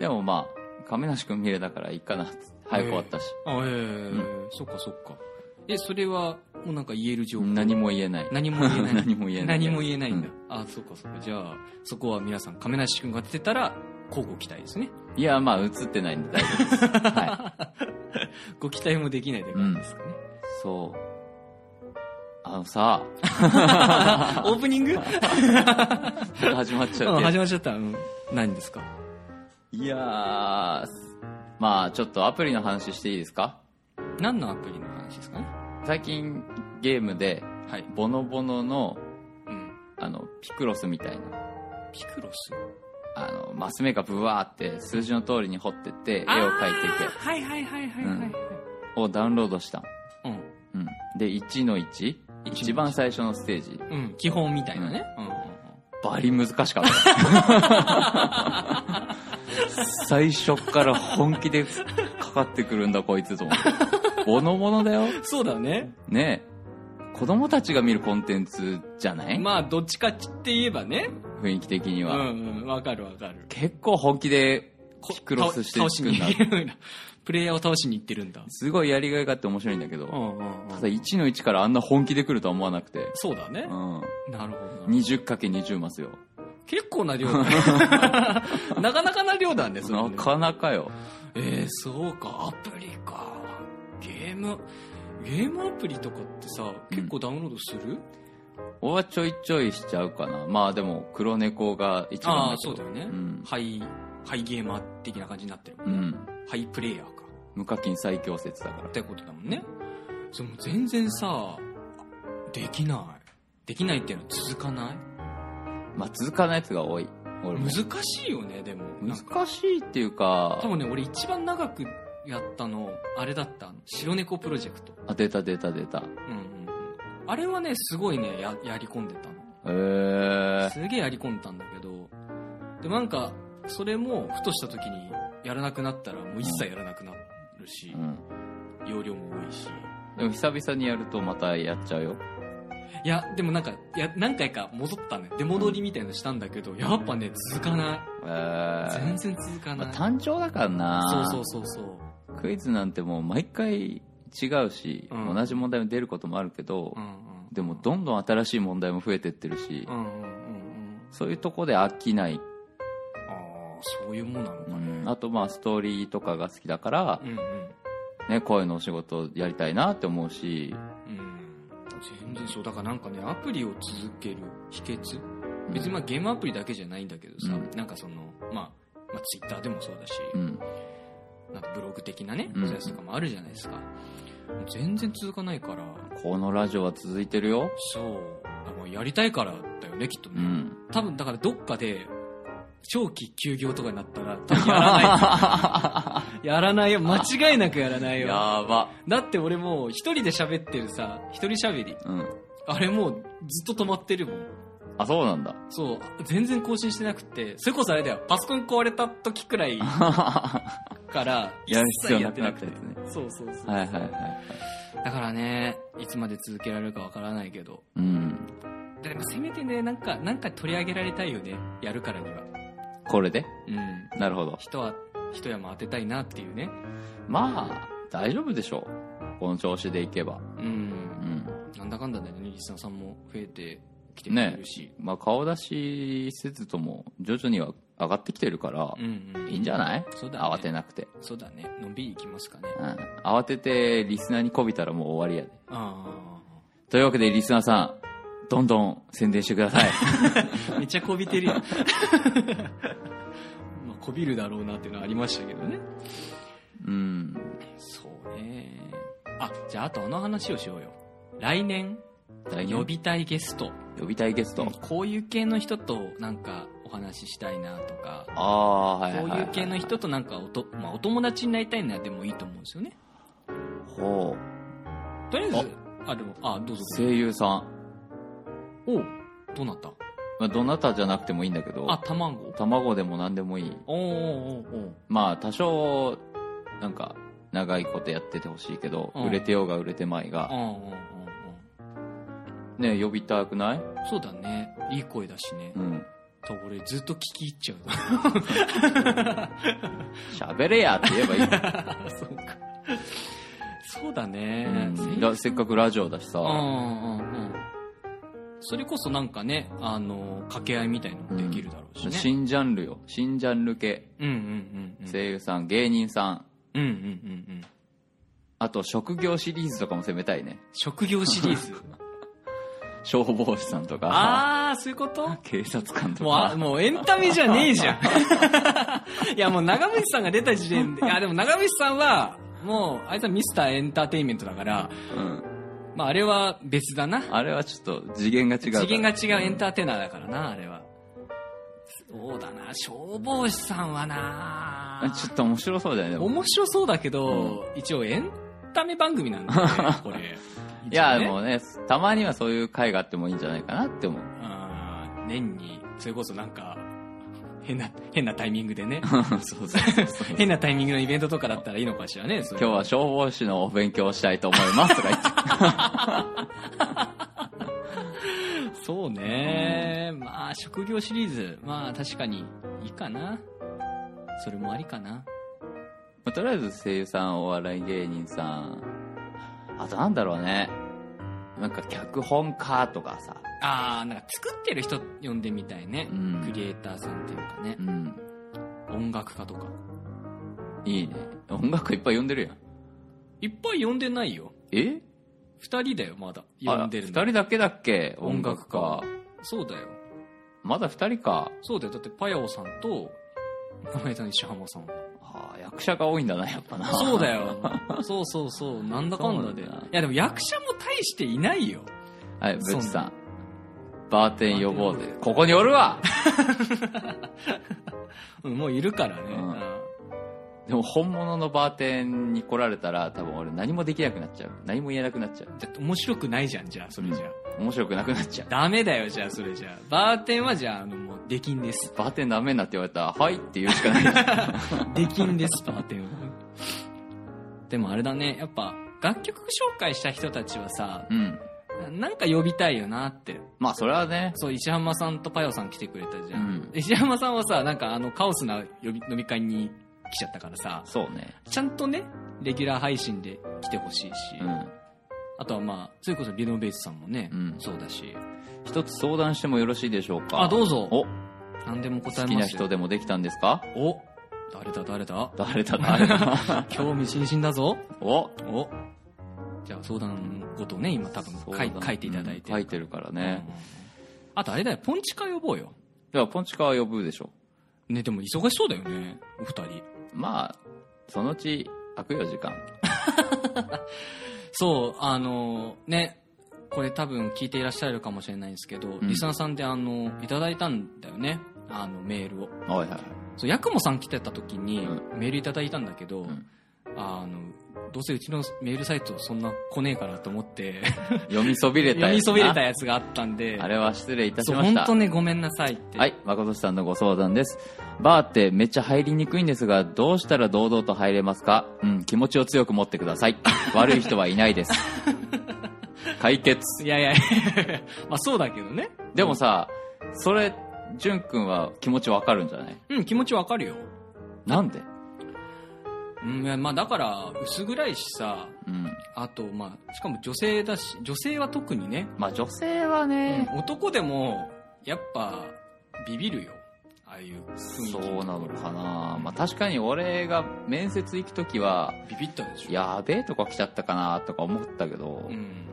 B: でもまあ、亀梨くん見れたからいいかなって。早く終わったし。
A: あ、ええそっかそっか。え、それは、もうなんか言える情報
B: 何も言えない。
A: 何も言えない
B: 何も言えない。
A: 何も言えないんだ、
B: う
A: あそうかそうかじゃあそこは皆さん亀梨君が出てたらこうご期待ですね
B: いや、まあ、映ってないんで大丈夫です。 はい。
A: ご期待もできないって感じですかね、
B: そう。あのさ、
A: オープニン グうん
B: 始まっ ちゃうけ
A: 始
B: ど。
A: まっちゃった、うん、何ですか
B: いやー、まあ、ちょっとアプリの話していいですか
A: 何のアプリの話ですかね
B: 最近、ゲームで、
A: はい、
B: ボノボノの、
A: うん、
B: あの、ピクロスみたいな、
A: ピクロス
B: あの、マス目がブワーって数字の通りに彫ってって、絵を描いて
A: あーはいはいはいはいはいはい
B: て、をダウンロードした。
A: うん
B: うん。で1の1一番最初のステージ
A: うん、基本みたいなね。うんうんうん
B: バリ難しかった最初っから本気でかかってくるんだこいつと思ってボノボノだよ
A: そうだね。
B: ねえ子供たちが見るコンテンツじゃない、
A: まあ、どっちかって言えばね。
B: 雰囲気的に
A: う
B: は、
A: んうん、わかるわかる。
B: 結構本気でキクロスして
A: 倒
B: い
A: し
B: く
A: に
B: んだ
A: 行くんだ。プレイヤーを倒しに行ってるんだ。
B: すごいやりがいがあって面白いんだけど、
A: うんうんうん
B: ただ1の1からあんな本気で来るとは思わなく て、
A: そうだね
B: う。ん、
A: なるほどな。
B: 20×20 マスよ
A: 結構な量だ ね。なかなかな量だね、それ
B: な
A: ね
B: かなかよ
A: えー、そうか、アプリか。ゲーム、ゲームアプリとかってさ、結構ダウンロードする、
B: 俺はちょいちょいしちゃうかなまあでも黒猫が一番
A: あ
B: だ
A: あ、
B: け
A: そ
B: ど
A: うだよね、
B: うん
A: ハイ、ハイゲーマー的な感じになってるもん
B: う
A: ね。
B: ん
A: ハイプレイヤーか。
B: 無課金最強説だから
A: ってことだもんね。その全然さ、できない。できないっていうのは続かない
B: まあ続かないやつが多い俺も
A: 難しいよね、でも。なんか
B: 難しいっていうか
A: 多分ね、俺一番長くやったの、あれだった。あの白猫プロジェクト。
B: あ出た出た出たへ
A: うんうんうん。あれはね、すごいね、や、やり込んでたの。
B: え
A: すげえやり込んだんだけど、でもなんか、それも、ふとした時にやらなくなったら、もう一切やらなくなるし
B: う、ん、
A: 容量も多いし。
B: でも久々にやるとまたやっちゃうよ
A: いや、でもなんか、いや、何回か戻ったね。出戻りみたいなのしたんだけど、やっぱね、続かない。
B: へえ
A: 全然続か
B: ま
A: な
B: あ
A: い。
B: 単調だからな
A: そうそうそうそう。
B: クイズなんてもう毎回違うし、
A: うん
B: 同じ問題も出ることもあるけど、
A: うんうん。
B: でもどんどん新しい問題も増えてってるし、
A: うんうんうんうん。
B: そういうとこで飽きない、
A: ああ、そういうもんなのかね。
B: あとまあストーリーとかが好きだから
A: う、んうん。
B: ね、声のお仕事やりたいなって思うし、
A: うん。全然そう。だからなんかね、アプリを続ける秘訣別にまあゲームアプリだけじゃないんだけどさ、
B: うん
A: なんかその、まあ、まあ、ツイッターでもそうだし、
B: うん、
A: なんかブログ的なね、
B: うん
A: やつとかもあるじゃないですか。もう全然続かないから、
B: このラジオは続いてるよ。
A: そう、あもうやりたいからだよね、きっと
B: う
A: ね。
B: ん。
A: 多分だからどっかで、長期休業とかになったら、多 分やら ない。やらないよ。間違いなくやらないよ。
B: やば。
A: だって俺もう一人で喋ってるさ、一人喋り。
B: うん。
A: あれもうずっと止まってるもん。
B: あ、そうなんだ。
A: そう、全然更新してなくて、それこそあれだよ、パソコン壊れた時くらいから、
B: や る
A: 一
B: 必
A: 切
B: 要
A: や
B: な
A: っ
B: く
A: て
B: な
A: な
B: っ
A: く
B: た
A: て。
B: やつね。
A: そうそうそう。
B: はいはいはい。
A: だからね、いつまで続けられるかわからないけど、
B: うん。
A: でもせめてね、なんか、なんか取り上げられたいよね、やるからには。
B: これで
A: うん。
B: なるほど。
A: 人は、一山当てたいなっていうね。
B: まあ、大丈夫でしょう。この調子でいけば。
A: う。
B: うんん。
A: なんだかんだでね、リスナーさんも増えてきてくれるし。
B: まあ、顔出しせずとも徐々には上がってきてるから、
A: うんうん。
B: いいんじゃない
A: そうだね。
B: 慌てなくて、
A: そうだね。のんびりいきますかね。
B: うん、慌ててリスナーにこびたらもう終わりやで
A: あ
B: というわけでリスナーさんどんどん宣伝してく ださい
A: あ。めっちゃこびてるよ。 まあ、こびるだろうなっていうのはありましたけどね。
B: うん
A: そうね。あ、じゃあ、あとあの話をしようよ。来年、
B: 来年
A: 呼びたいゲスト。
B: 呼びたいゲスト、
A: こういう系の人となんかお話ししたいなとか、
B: ああはいはい
A: こ
B: は
A: う
B: い、
A: いう系の人となんかおと、まあ、お友達になりたいなでもいいと思うんですよね。
B: ほ
A: とりあえず、あ、でも、あ、どうぞ
B: う。声優さん、
A: おうどうなった
B: まあ、どなたじゃなくてもいいんだけど
A: あ、卵
B: 卵でも何でもいい
A: おうおうおうおう
B: まあ多少なんか長いことやっててほしいけど、
A: うん
B: 売れてようが売れてまい
A: ああ
B: が、
A: おうおう
B: ね呼びたくない
A: おうそうだね。いい声だしね
B: う。ん
A: 多分俺ずっと聞き入っちゃうな。
B: 喋れやって言えばいい
A: あそうか。 そうだね。
B: うんだせっかくラジオだし
A: う
B: さ、
A: んうんうんそれこそなんかね、あの、掛け合いみたいのもできるだろうしね。
B: 新ジャンルよ新ジャンル系、
A: うんうんうんうん。
B: 声優さん芸人さん
A: うんうんうんうん。
B: あと職業シリーズとかも攻めたいね
A: 職業シリーズ。
B: 消防士さんとか
A: あー、そういうこと
B: 警察官と
A: もうあ、
B: か
A: もうエンタメじゃねえじゃん。 いや、もう長渕さんが出た時点で、いや、でも長渕さんは、もう、あいつはミスターエンターテインメントだから、
B: うん、
A: まあ、あれは別だな。
B: あれはちょっと次元が違うから
A: 次元が違うエンターテイナーだからな、あれは。そうだな、消防士さんはな
B: ちょっと面白そうだよねでも
A: 面白そうだけど、一応エンため番組なんで、 これ。
B: い
A: 一
B: や、
A: 応ね
B: もうね、たまにはそういう回があってもいいんじゃないかなって思う。
A: あー年にそれこそなんか変な変なタイミングでね
B: そうそうそ う
A: 変なタイミングのイベントとかだったらいいのかしらね今
B: 今日は消防士のお勉強をしたいと思いますとか言って。
A: そうね、まあ職業シリーズまあ確かにいいかなそれもありかな
B: まあとりあえず声優さん、お笑い芸人さん、あとなんだろうね。なんか脚本家とかさ。
A: あーなんか作ってる人呼んでみたいね、
B: うん
A: クリエイターさんっていうかね
B: う、ん。
A: 音楽家とか
B: いいね。音楽いっぱい呼んでるやん。
A: いっぱい呼んでないよ
B: え
A: 2人だよまだ呼んでる
B: あ
A: の
B: 二人だけだっけ
A: 音
B: 音
A: 楽
B: 楽
A: 家
B: 家。
A: そうだよ
B: まだ二人か。
A: そうだよだってパヤオさんとこの間の石浜さん
B: ああ、役者が多いんだな、やっぱな。
A: そうだよ。そうそうそう。なんだかんだで。い
B: そうなんだ
A: やでも役者も大していないよ。
B: はい、ブチさん。バーテン呼ぼうぜ。ここにおるわ
A: うんもういるからね。
B: うんでも本物のバーテンに来られたら多分俺何もできなくなっちゃう。何も言えなくなっちゃう。
A: だって面白くないじゃん、じゃあ、それじゃあ。
B: 面白くなくなっちゃう。
A: ダメだよ、じゃあ、それじゃあ。バーテンはじゃあ、あの、もう、出禁です。
B: バーテンダメになって言われたら、はいって言うし かない。
A: 出禁です、バーテンは。 でもあれだね、やっぱ、楽曲紹介した人たちはさ、
B: うん。
A: なんか呼びたいよなって。
B: まあそれはね、
A: そう、石浜さんとパヨさん来てくれたじゃん。
B: うん
A: 石浜さんはさ、なんかあの、カオスな呼び飲み会に来ちゃったからさ、
B: そうね。
A: ちゃんとね、レギュラー配信で来てほしいし、
B: うん。
A: あとはまあ、それこそビルノベースさんもね、
B: うん
A: そうだし、
B: 一つ相談してもよろしいでしょうか
A: あどうぞ
B: お、
A: 何でも答
B: 好
A: え
B: き
A: ま
B: な
A: すよ。
B: 人でもできたんですか
A: お誰だ誰だ
B: 誰だ 誰だ
A: 興味津々だぞ。
B: お
A: おじゃあ相談事をね、今多分書い
B: そうだ
A: 書いていただいて。
B: うん書いてるからね
A: う。んあとあれだよ、ポンチ会呼ぼうよ。
B: では、ポンチカは呼ぶでしょ
A: ね、でも忙しそうだよね、お二人。
B: う。まあ、そのうち、開くよ、時間。
A: そう、あのね、これ多分聞いていらっしゃるかもしれないんですけど、
B: ん
A: リスナーさんであの、いただいたんだよね、あの、メールを。
B: はいはい。
A: そう、ヤクモさん来てた時に
B: う
A: メールいただいたんだけど、
B: ん
A: あの、どうせうちのメールサイトそんな来ねえかなと思って、
B: 読みそびれた
A: 読み
B: やつ
A: そ
B: な
A: びれたやつがあったんで、
B: あれは失礼いたし
A: そう、
B: まし
A: 本
B: た。
A: 当ね、ごめんなさいって。
B: はい、誠さんのご相談です。バーってめっちゃ入りにくいんですが、どうしたら堂々と入れますかうん、気持ちを強く持ってくださ い。悪い人はいないです。解決。
A: いやい やまあそうだけどね。
B: でもさ、それ、じゅんくんは気持ちわかるんじゃない
A: うん、気持ちわかるよ。
B: なんで
A: うん、いやまあだから、薄暗いしさ、
B: うん。
A: あと、まあ、しかも女性だし、女性は特にね、
B: まあ女性はね、
A: 男でも、やっぱ、ビビるよ。ああいう雰囲気
B: そう
A: ところ
B: なのかな。まあ確かに俺が面接行くときは、
A: ビビったでしょ。
B: やべえとこ来ちゃったかなとか思ったけど、
A: うん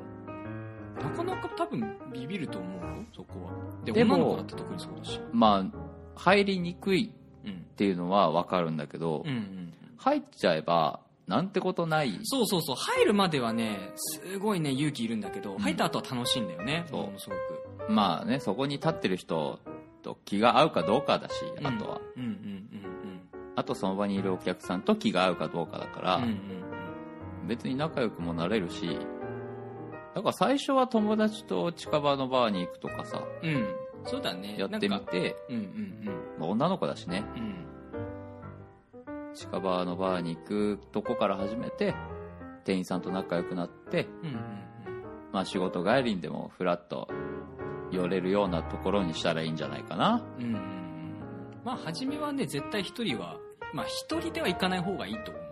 A: なかなか多分ビビると思うよそこはで
B: でも
A: 女の子だって特にそうだし
B: まあ、入りにくい
A: うん
B: っていうのはわかるんだけど、
A: うんうん
B: 入っちゃえば、なんてことない。
A: そうそうそう入るまではねすごいね勇気いるんだけど
B: ん
A: 入った後は楽しいんだよね、
B: そう
A: ものすごく
B: まあね、そこに立ってる人と気が合うかどうかだし、あとは。
A: うんうん
B: あとその場にいるお客さんと気が合うかどうかだから、
A: うんうんうんうん
B: 別に仲良くもなれるし、だから最初は友達と近場のバーに行くとかさ、
A: うんうんそうだね
B: やってみ
A: なんか
B: て、
A: うんうん
B: まあ女の子だしね、
A: うん
B: 近場のバーに行くとこから始めて、店員さんと仲良くなって、
A: うんうん
B: まあ仕事帰りにでもふらっと寄れるようなところにしたらいいんじゃないかな。
A: うんうんうんうんまあ初めはね絶対一人はまあ一人では行かない方がいいと思う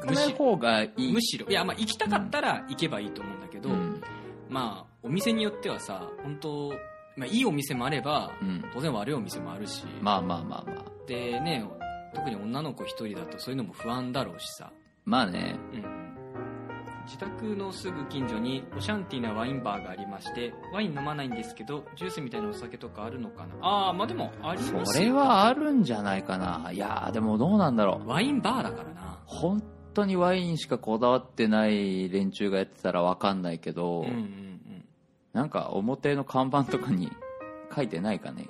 B: 行かない方がいい。
A: むしろいやまあ行きたかったら行けばいいと思うんだけど、
B: うん。
A: まあお店によってはさ本当まあいいお店もあれば、
B: うん。
A: 当然悪いお店もあるし、
B: まあまあまあまあ。
A: でね特に女の子一人だとそういうのも不安だろうしさ、
B: まあね、
A: うん、自宅のすぐ近所にオシャンティーなワインバーがありましてワイン飲まないんですけどジュースみたいなお酒とかあるのかなああまあでもあります
B: それ
A: よ
B: はあるんじゃないかな。いやー、でもどうなんだろう。
A: ワインバーだからな
B: 本当にワインしかこだわってない連中がやってたらわかんないけど、
A: うんうんうん
B: なんか表の看板とかに 書いてないかね。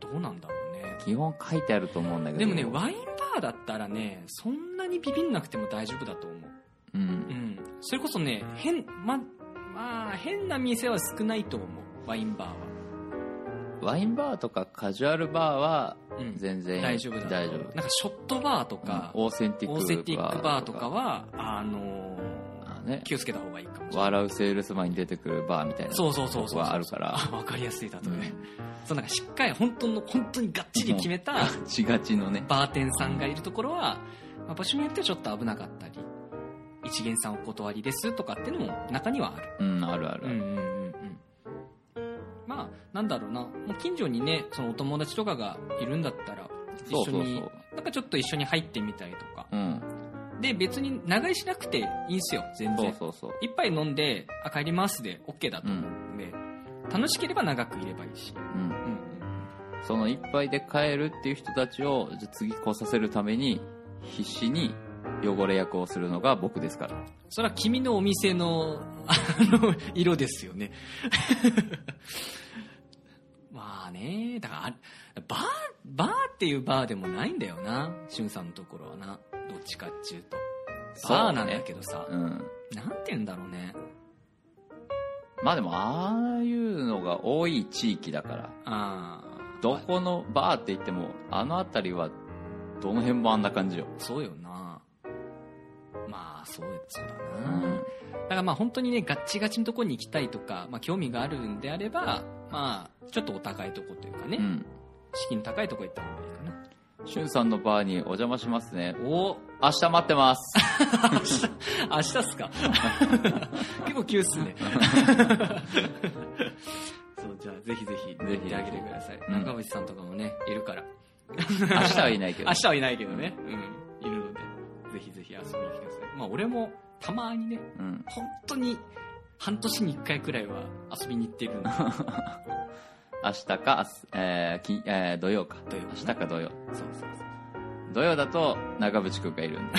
A: どうなんだろうね
B: 基本書いてあると思うんだけど。
A: でもねワインバーだったらねそんなにビビんなくても大丈夫だと思うう
B: う。
A: んん、それこそね変ままあ変な店は少ないと思うワインバーは、
B: ワインバーとかカジュアルバーは
A: うん、
B: 全然
A: 大丈夫だ
B: 大
A: な
B: 丈
A: んかショットバーとか、
B: オーセンティック
A: オーセンティックバーとかはあの
B: あね
A: 気をつけた方がいいかもしれない
B: 笑うセールスマンに出てくるバーみたいな
A: そうそうそうそう
B: とこはある から
A: あわかりやすい例え
B: う
A: ね、
B: ん
A: そうなんかしっかり本当の本当にがっちり決めた
B: ガチガチのね
A: バーテンさんがいるところは、まあ場所によってはちょっと危なかったり一元さんお断りですとかっていうのも中にはある
B: うんあるある、
A: うんうんうんうんまあなんだろうなもう近所にねそのお友達とかがいるんだったら一緒
B: そう
A: に
B: そうそう
A: なんかちょっと一緒に入ってみたりとか
B: うん
A: で別に長居しなくていいんすよ全
B: そ
A: 然
B: うそうそう
A: 一杯飲んで「あ帰ります」で OK だと思うんで、楽しければ長くいればいいし、
B: うん
A: うんうん、
B: その一杯で帰るっていう人たちをじゃあ次来させるために必死に汚れ役をするのが僕ですから
A: それは君のお店のあの色ですよね まあねだからあバーバーっていうバーでもないんだよなしゅんさんのところはなどっちかっちゅうとバーなんだけどさ、
B: そうねうん
A: なんて言うんだろうね
B: まあでもああいうのが多い地域だから
A: ああ
B: どこのバーって言ってもあの辺りはどの辺もあんな感じよ
A: そうよなまあそうそう
B: う
A: だな、だからまあ本当にね、ガッチガチのとこに行きたいとか、まあ興味があるんであれば、まあちょっとお高いとこというかね、
B: うん
A: 資金高いとこ行った方がいいかな。
B: しゅんさんのバーにお邪魔しますね
A: お
B: 明日待ってます
A: 明日、 明日っすか 結構急っすね。 そう、じゃあぜひぜひ
B: ぜひ
A: 行ってあげてください。
B: うん
A: 中渕さんとかもね、いるから。
B: 明日はいないけど
A: 明日はいないけどね、うん、いるので、ぜひぜひ遊びに来てください。まあ俺もたまにね、
B: うん
A: 本当に半年に一回くらいは遊びに行って るんで。
B: 明日か、明日えーきえー土曜か
A: 土曜
B: 明日か土曜
A: そうそうそう。
B: 土曜だと長渕くんがいるんで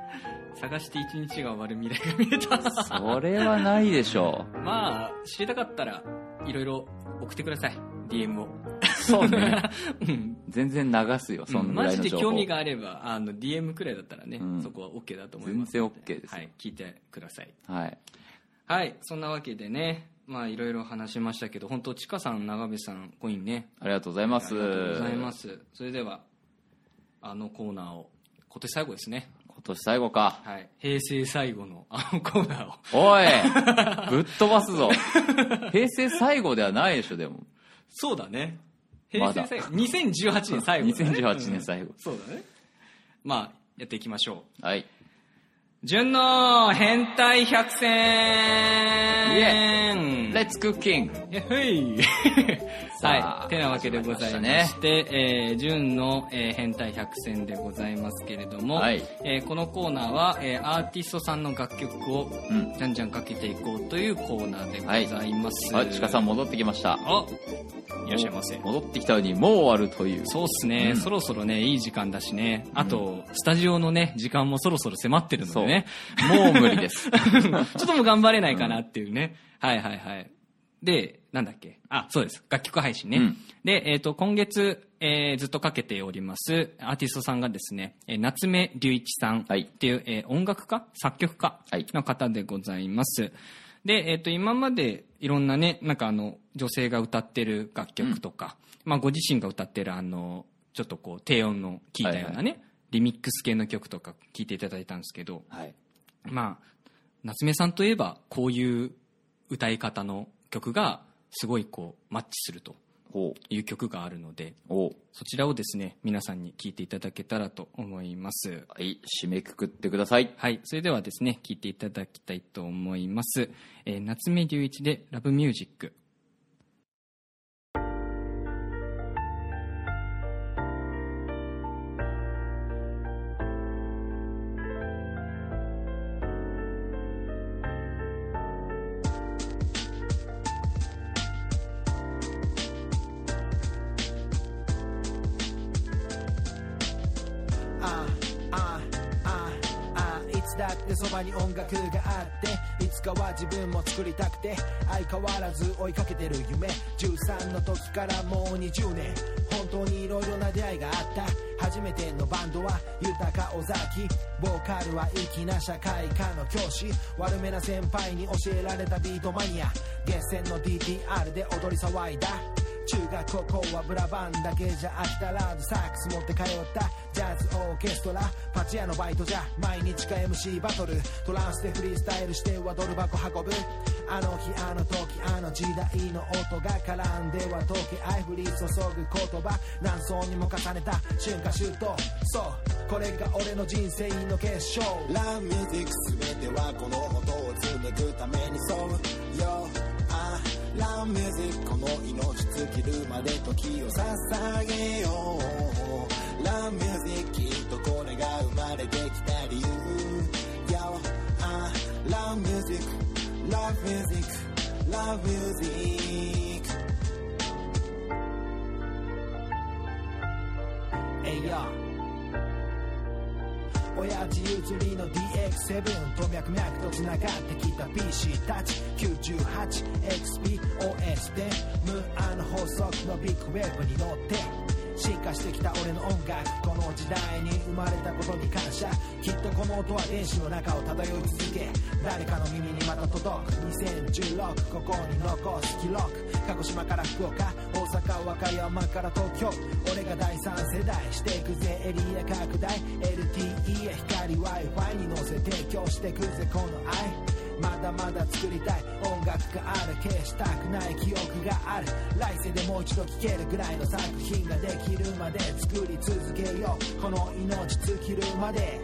A: 探して一日が終わる未来が見え た
B: それはないでしょ
A: まあ知りたかったらいろいろ送ってください DM を
B: うそうね
A: うん
B: 全然流すよそんぐ
A: マ
B: らい
A: ジ
B: の
A: で
B: 情報、
A: 興味があればあの DM くらいだったらね、
B: うん
A: そこは OK だと思います
B: 全然 OK です
A: は
B: よ
A: い、聞いてください
B: はい
A: はいそんなわけでねまあいろいろ話しましたけど本当ちかさん長部さんコインね
B: ありがとうございま
A: あ
B: す
A: りがとうございますそれではあのコーナーを今年最後ですね
B: 今年最後か
A: はい平成最後のあのコーナーを
B: おいぶっ飛ばすぞ平成最後ではないでしょでも
A: そうだね。平
B: ま
A: 成
B: だ
A: 最後、2018年最後、ね。
B: 2018年最後
A: うんそうだね。まあ、やっていきましょう。
B: はい
A: 順の変態百選イ
B: レッツクッキング
A: えふい
B: さあ
A: はい。てなわけでございまして、えー、純の、えー変態百選でございますけれども、
B: はい
A: えーこのコーナーは、えーアーティストさんの楽曲を
B: うん
A: じゃんじゃんかけていこうというコーナーでございます。
B: あちかさん戻ってきました
A: あいらっしゃいませ。
B: 戻ってきたのにもう終わるという
A: そうっすね、
B: うん
A: そろそろね、いい時間だしね。あと、スタジオのね、時間もそろそろ迫ってるのでね。
B: もう無理で す
A: ちょっともう頑張れないかなっていうね。はいはいはい。で、なんだっけあ、そうです。楽曲配信ね。
B: うん
A: で、えっ、と、今月、えーずっとかけております、アーティストさんがですね、えー夏目隆一さんっ
B: はい
A: ていう、えー音楽家作曲家
B: はい
A: の方でございます。で、えっ、と、今までいろんなね、なんかあの、女性が歌ってる楽曲とか、まあ、ご自身が歌ってるあの、ちょっとこう、低音の効いたようなね、
B: は
A: リミックス系の曲とか聴いていただいたんですけど、
B: はい
A: まあ、夏目さんといえばこういう歌い方の曲がすごいこうマッチすると
B: ほ
A: いう曲があるので
B: うおう
A: そちらをですね皆さんに聴いていただけたらと思います
B: はい締めくくってください
A: はいそれではですね聴いていただきたいと思います、えー夏目隆一で「ラブミュージック
C: ああああいつだだってそばに音楽があっていつかは自分も作りたくて相変わらず追いかけてる夢13の時からもう20年本当にいろいろな出会いがあった初めてのバンドは豊か尾崎ボーカルは粋な社会科の教師悪めな先輩に教えられたビートマニア月戦の DTR で踊り騒いだ中学高校はブラバンだけじゃ飽きたらサックス持って通ったジャズオーケストラパチ屋のバイトじゃ毎日か MC バトルトランスでフリースタイルしてはドル箱運ぶあの日あの時あの時代の音が絡んでは時計愛降り注ぐ言葉何層にも重ねた春夏秋冬そうこれが俺の人生の結晶
D: ランミュージックすべてはこの音を紡ぐために沿うよあランミュージックこの命尽きるまで時を捧げようランミュージックきっとこれが生まれてきた理由よあランミュージックラブミュージックラブミュージック
C: えいや親父譲りの DX7 と脈々と繋がってきた PC たち 98XPOS で無アの法則のビッグウェーブに乗って進化してきた俺の音楽この時代に生まれたことに感謝きっとこの音は電子の中を漂い続け誰かの耳にまた届く2016ここに残す記録鹿児島から福岡大阪和歌山から東京俺が第三世代していくぜエリア拡大 LTE や光 w i f i に乗せ提供していくぜこの愛まだまだ作りたい音楽がある消したくない記憶がある来世でもう一度聴けるぐらいの作品ができるまで作り続けようこの命尽きるまで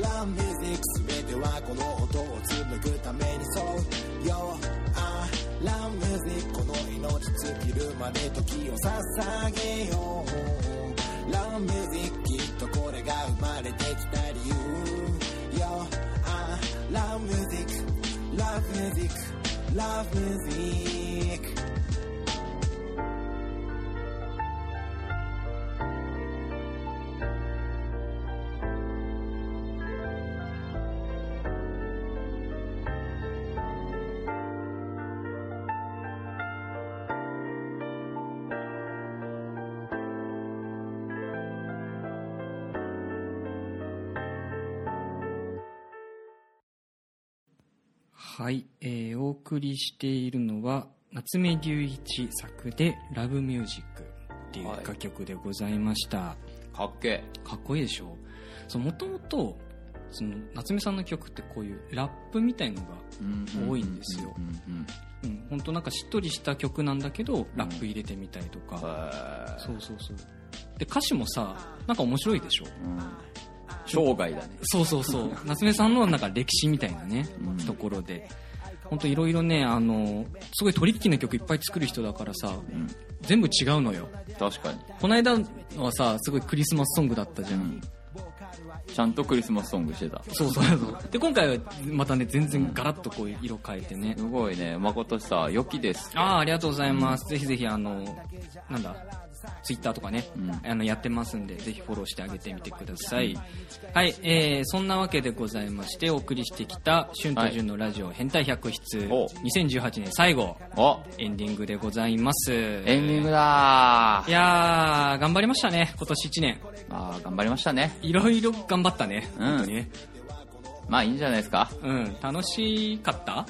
D: ランミュージックすべてはこの音を紡ぐためにそうよあランミュージックこの命尽きるまで時を捧げようランミュージックきっとこれが生まれてきた理由よあランミュージックラブミュージックラブミュージック
A: はい、えーお送りしているのは夏目隆一作で「ラブミュージックっていう楽曲でございました、
B: かっけ
A: かっこいいでしょもともと夏目さんの曲ってこういうラップみたいのが、
B: え
A: 多いんですよ
B: うんうん
A: うん、本当なんかしっとりした曲なんだけどラップ入れてみたりと
B: うん
A: か、
B: は
A: そうそうそうで歌詞もさなんか面白いでしょ
B: いうん生涯だね
A: そうそう そう夏目さんのなんか歴史みたいなね、
B: うん
A: ところで本当いろいろねあのすごいトリッキーな曲いっぱい作る人だからさ、
B: ん
A: 全部違うのよ
B: 確かに
A: この間はさすごいクリスマスソングだったじゃん、
B: うんちゃんとクリスマスソングしてた
A: そうそうそうで今回はまたね全然ガラッとこう色変えてね
B: すごいね誠さん良きです
A: ああありがとうございます、ぜひぜひあのなんだツイッターとかね、
B: ん
A: あのやってますんでぜひフォローしてあげてみてください、はい、えーそんなわけでございましてお送りしてきた「春と潤のラジオ変態百室」
B: お
A: 2018年最後
B: お
A: エンディングでございます
B: エンディングだ
A: い
B: ー
A: やー頑張りましたね今年1年
B: あー頑張りましたね
A: いろいろ頑張ったね、
B: うん
A: 本当にね
B: まあいいんじゃないですか
A: うん楽しか った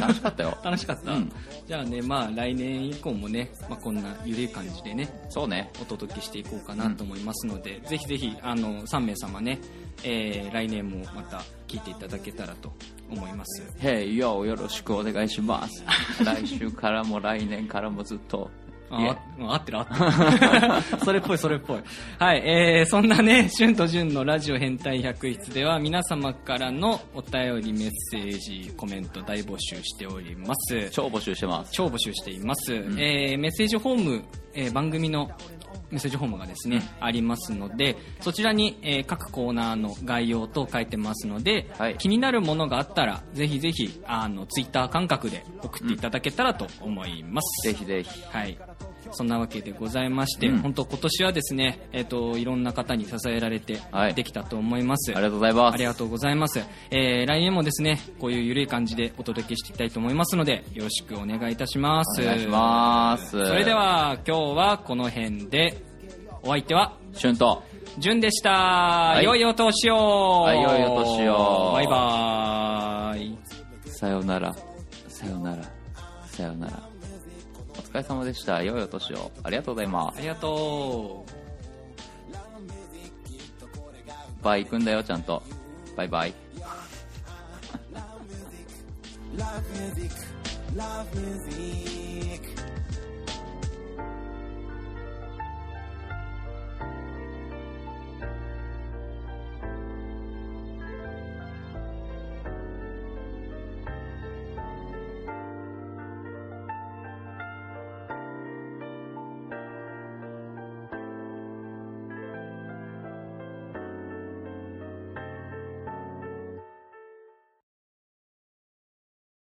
B: 楽しかっ たよ
A: 楽しかった、
B: うん
A: じゃあねまあ来年以降もね、まあ、こんなゆるい感じでね
B: そうね
A: お届けしていこうかなと思いますので、ぜひぜひあの3名様ね、えー来年もまた聞いていただけたらと思います
B: 「Hey yo よろしくお願いします」来週からも来年からもずっと
A: あ、
B: いえ
A: あ合ってる合って る それっぽいそれっぽいはい、えーそんなね「旬と旬のラジオ変態百室」では皆様からのお便りメッセージコメント大募集しております
B: 超募集してます
A: 超募集しています、えーメッセージフォーム、えー番組のメッセージフォームがですね、ありますのでそちらに、えー各コーナーの概要と書いてますので、
B: はい
A: 気になるものがあったらぜひぜひあのツイッター感覚で送っていただけたらと思います、
B: ぜひぜひ
A: はいそんなわけでございまして、
B: うん
A: 本当今年はですね、えっ、と、いろんな方に支えられて
B: はい
A: できたと思います。
B: りがとうございます
A: ありがとうございます。えー来年もですね、こういうゆるい感じでお届けしていきたいと思いますので、よろしくお願いいたします。
B: お願いします
A: それでは、今日はこの辺で、お相手は、
B: シュンと
A: じゅんでした。
B: い
A: 良いお年を。
B: はい良いお年を
A: バイバーイ。
B: さよならさよならさよならお疲れ様でした良いお年をありがとうございま
A: あ
B: す
A: りがとう。
B: バイ行くんだよちゃんとバイバイ
D: Love music, love music.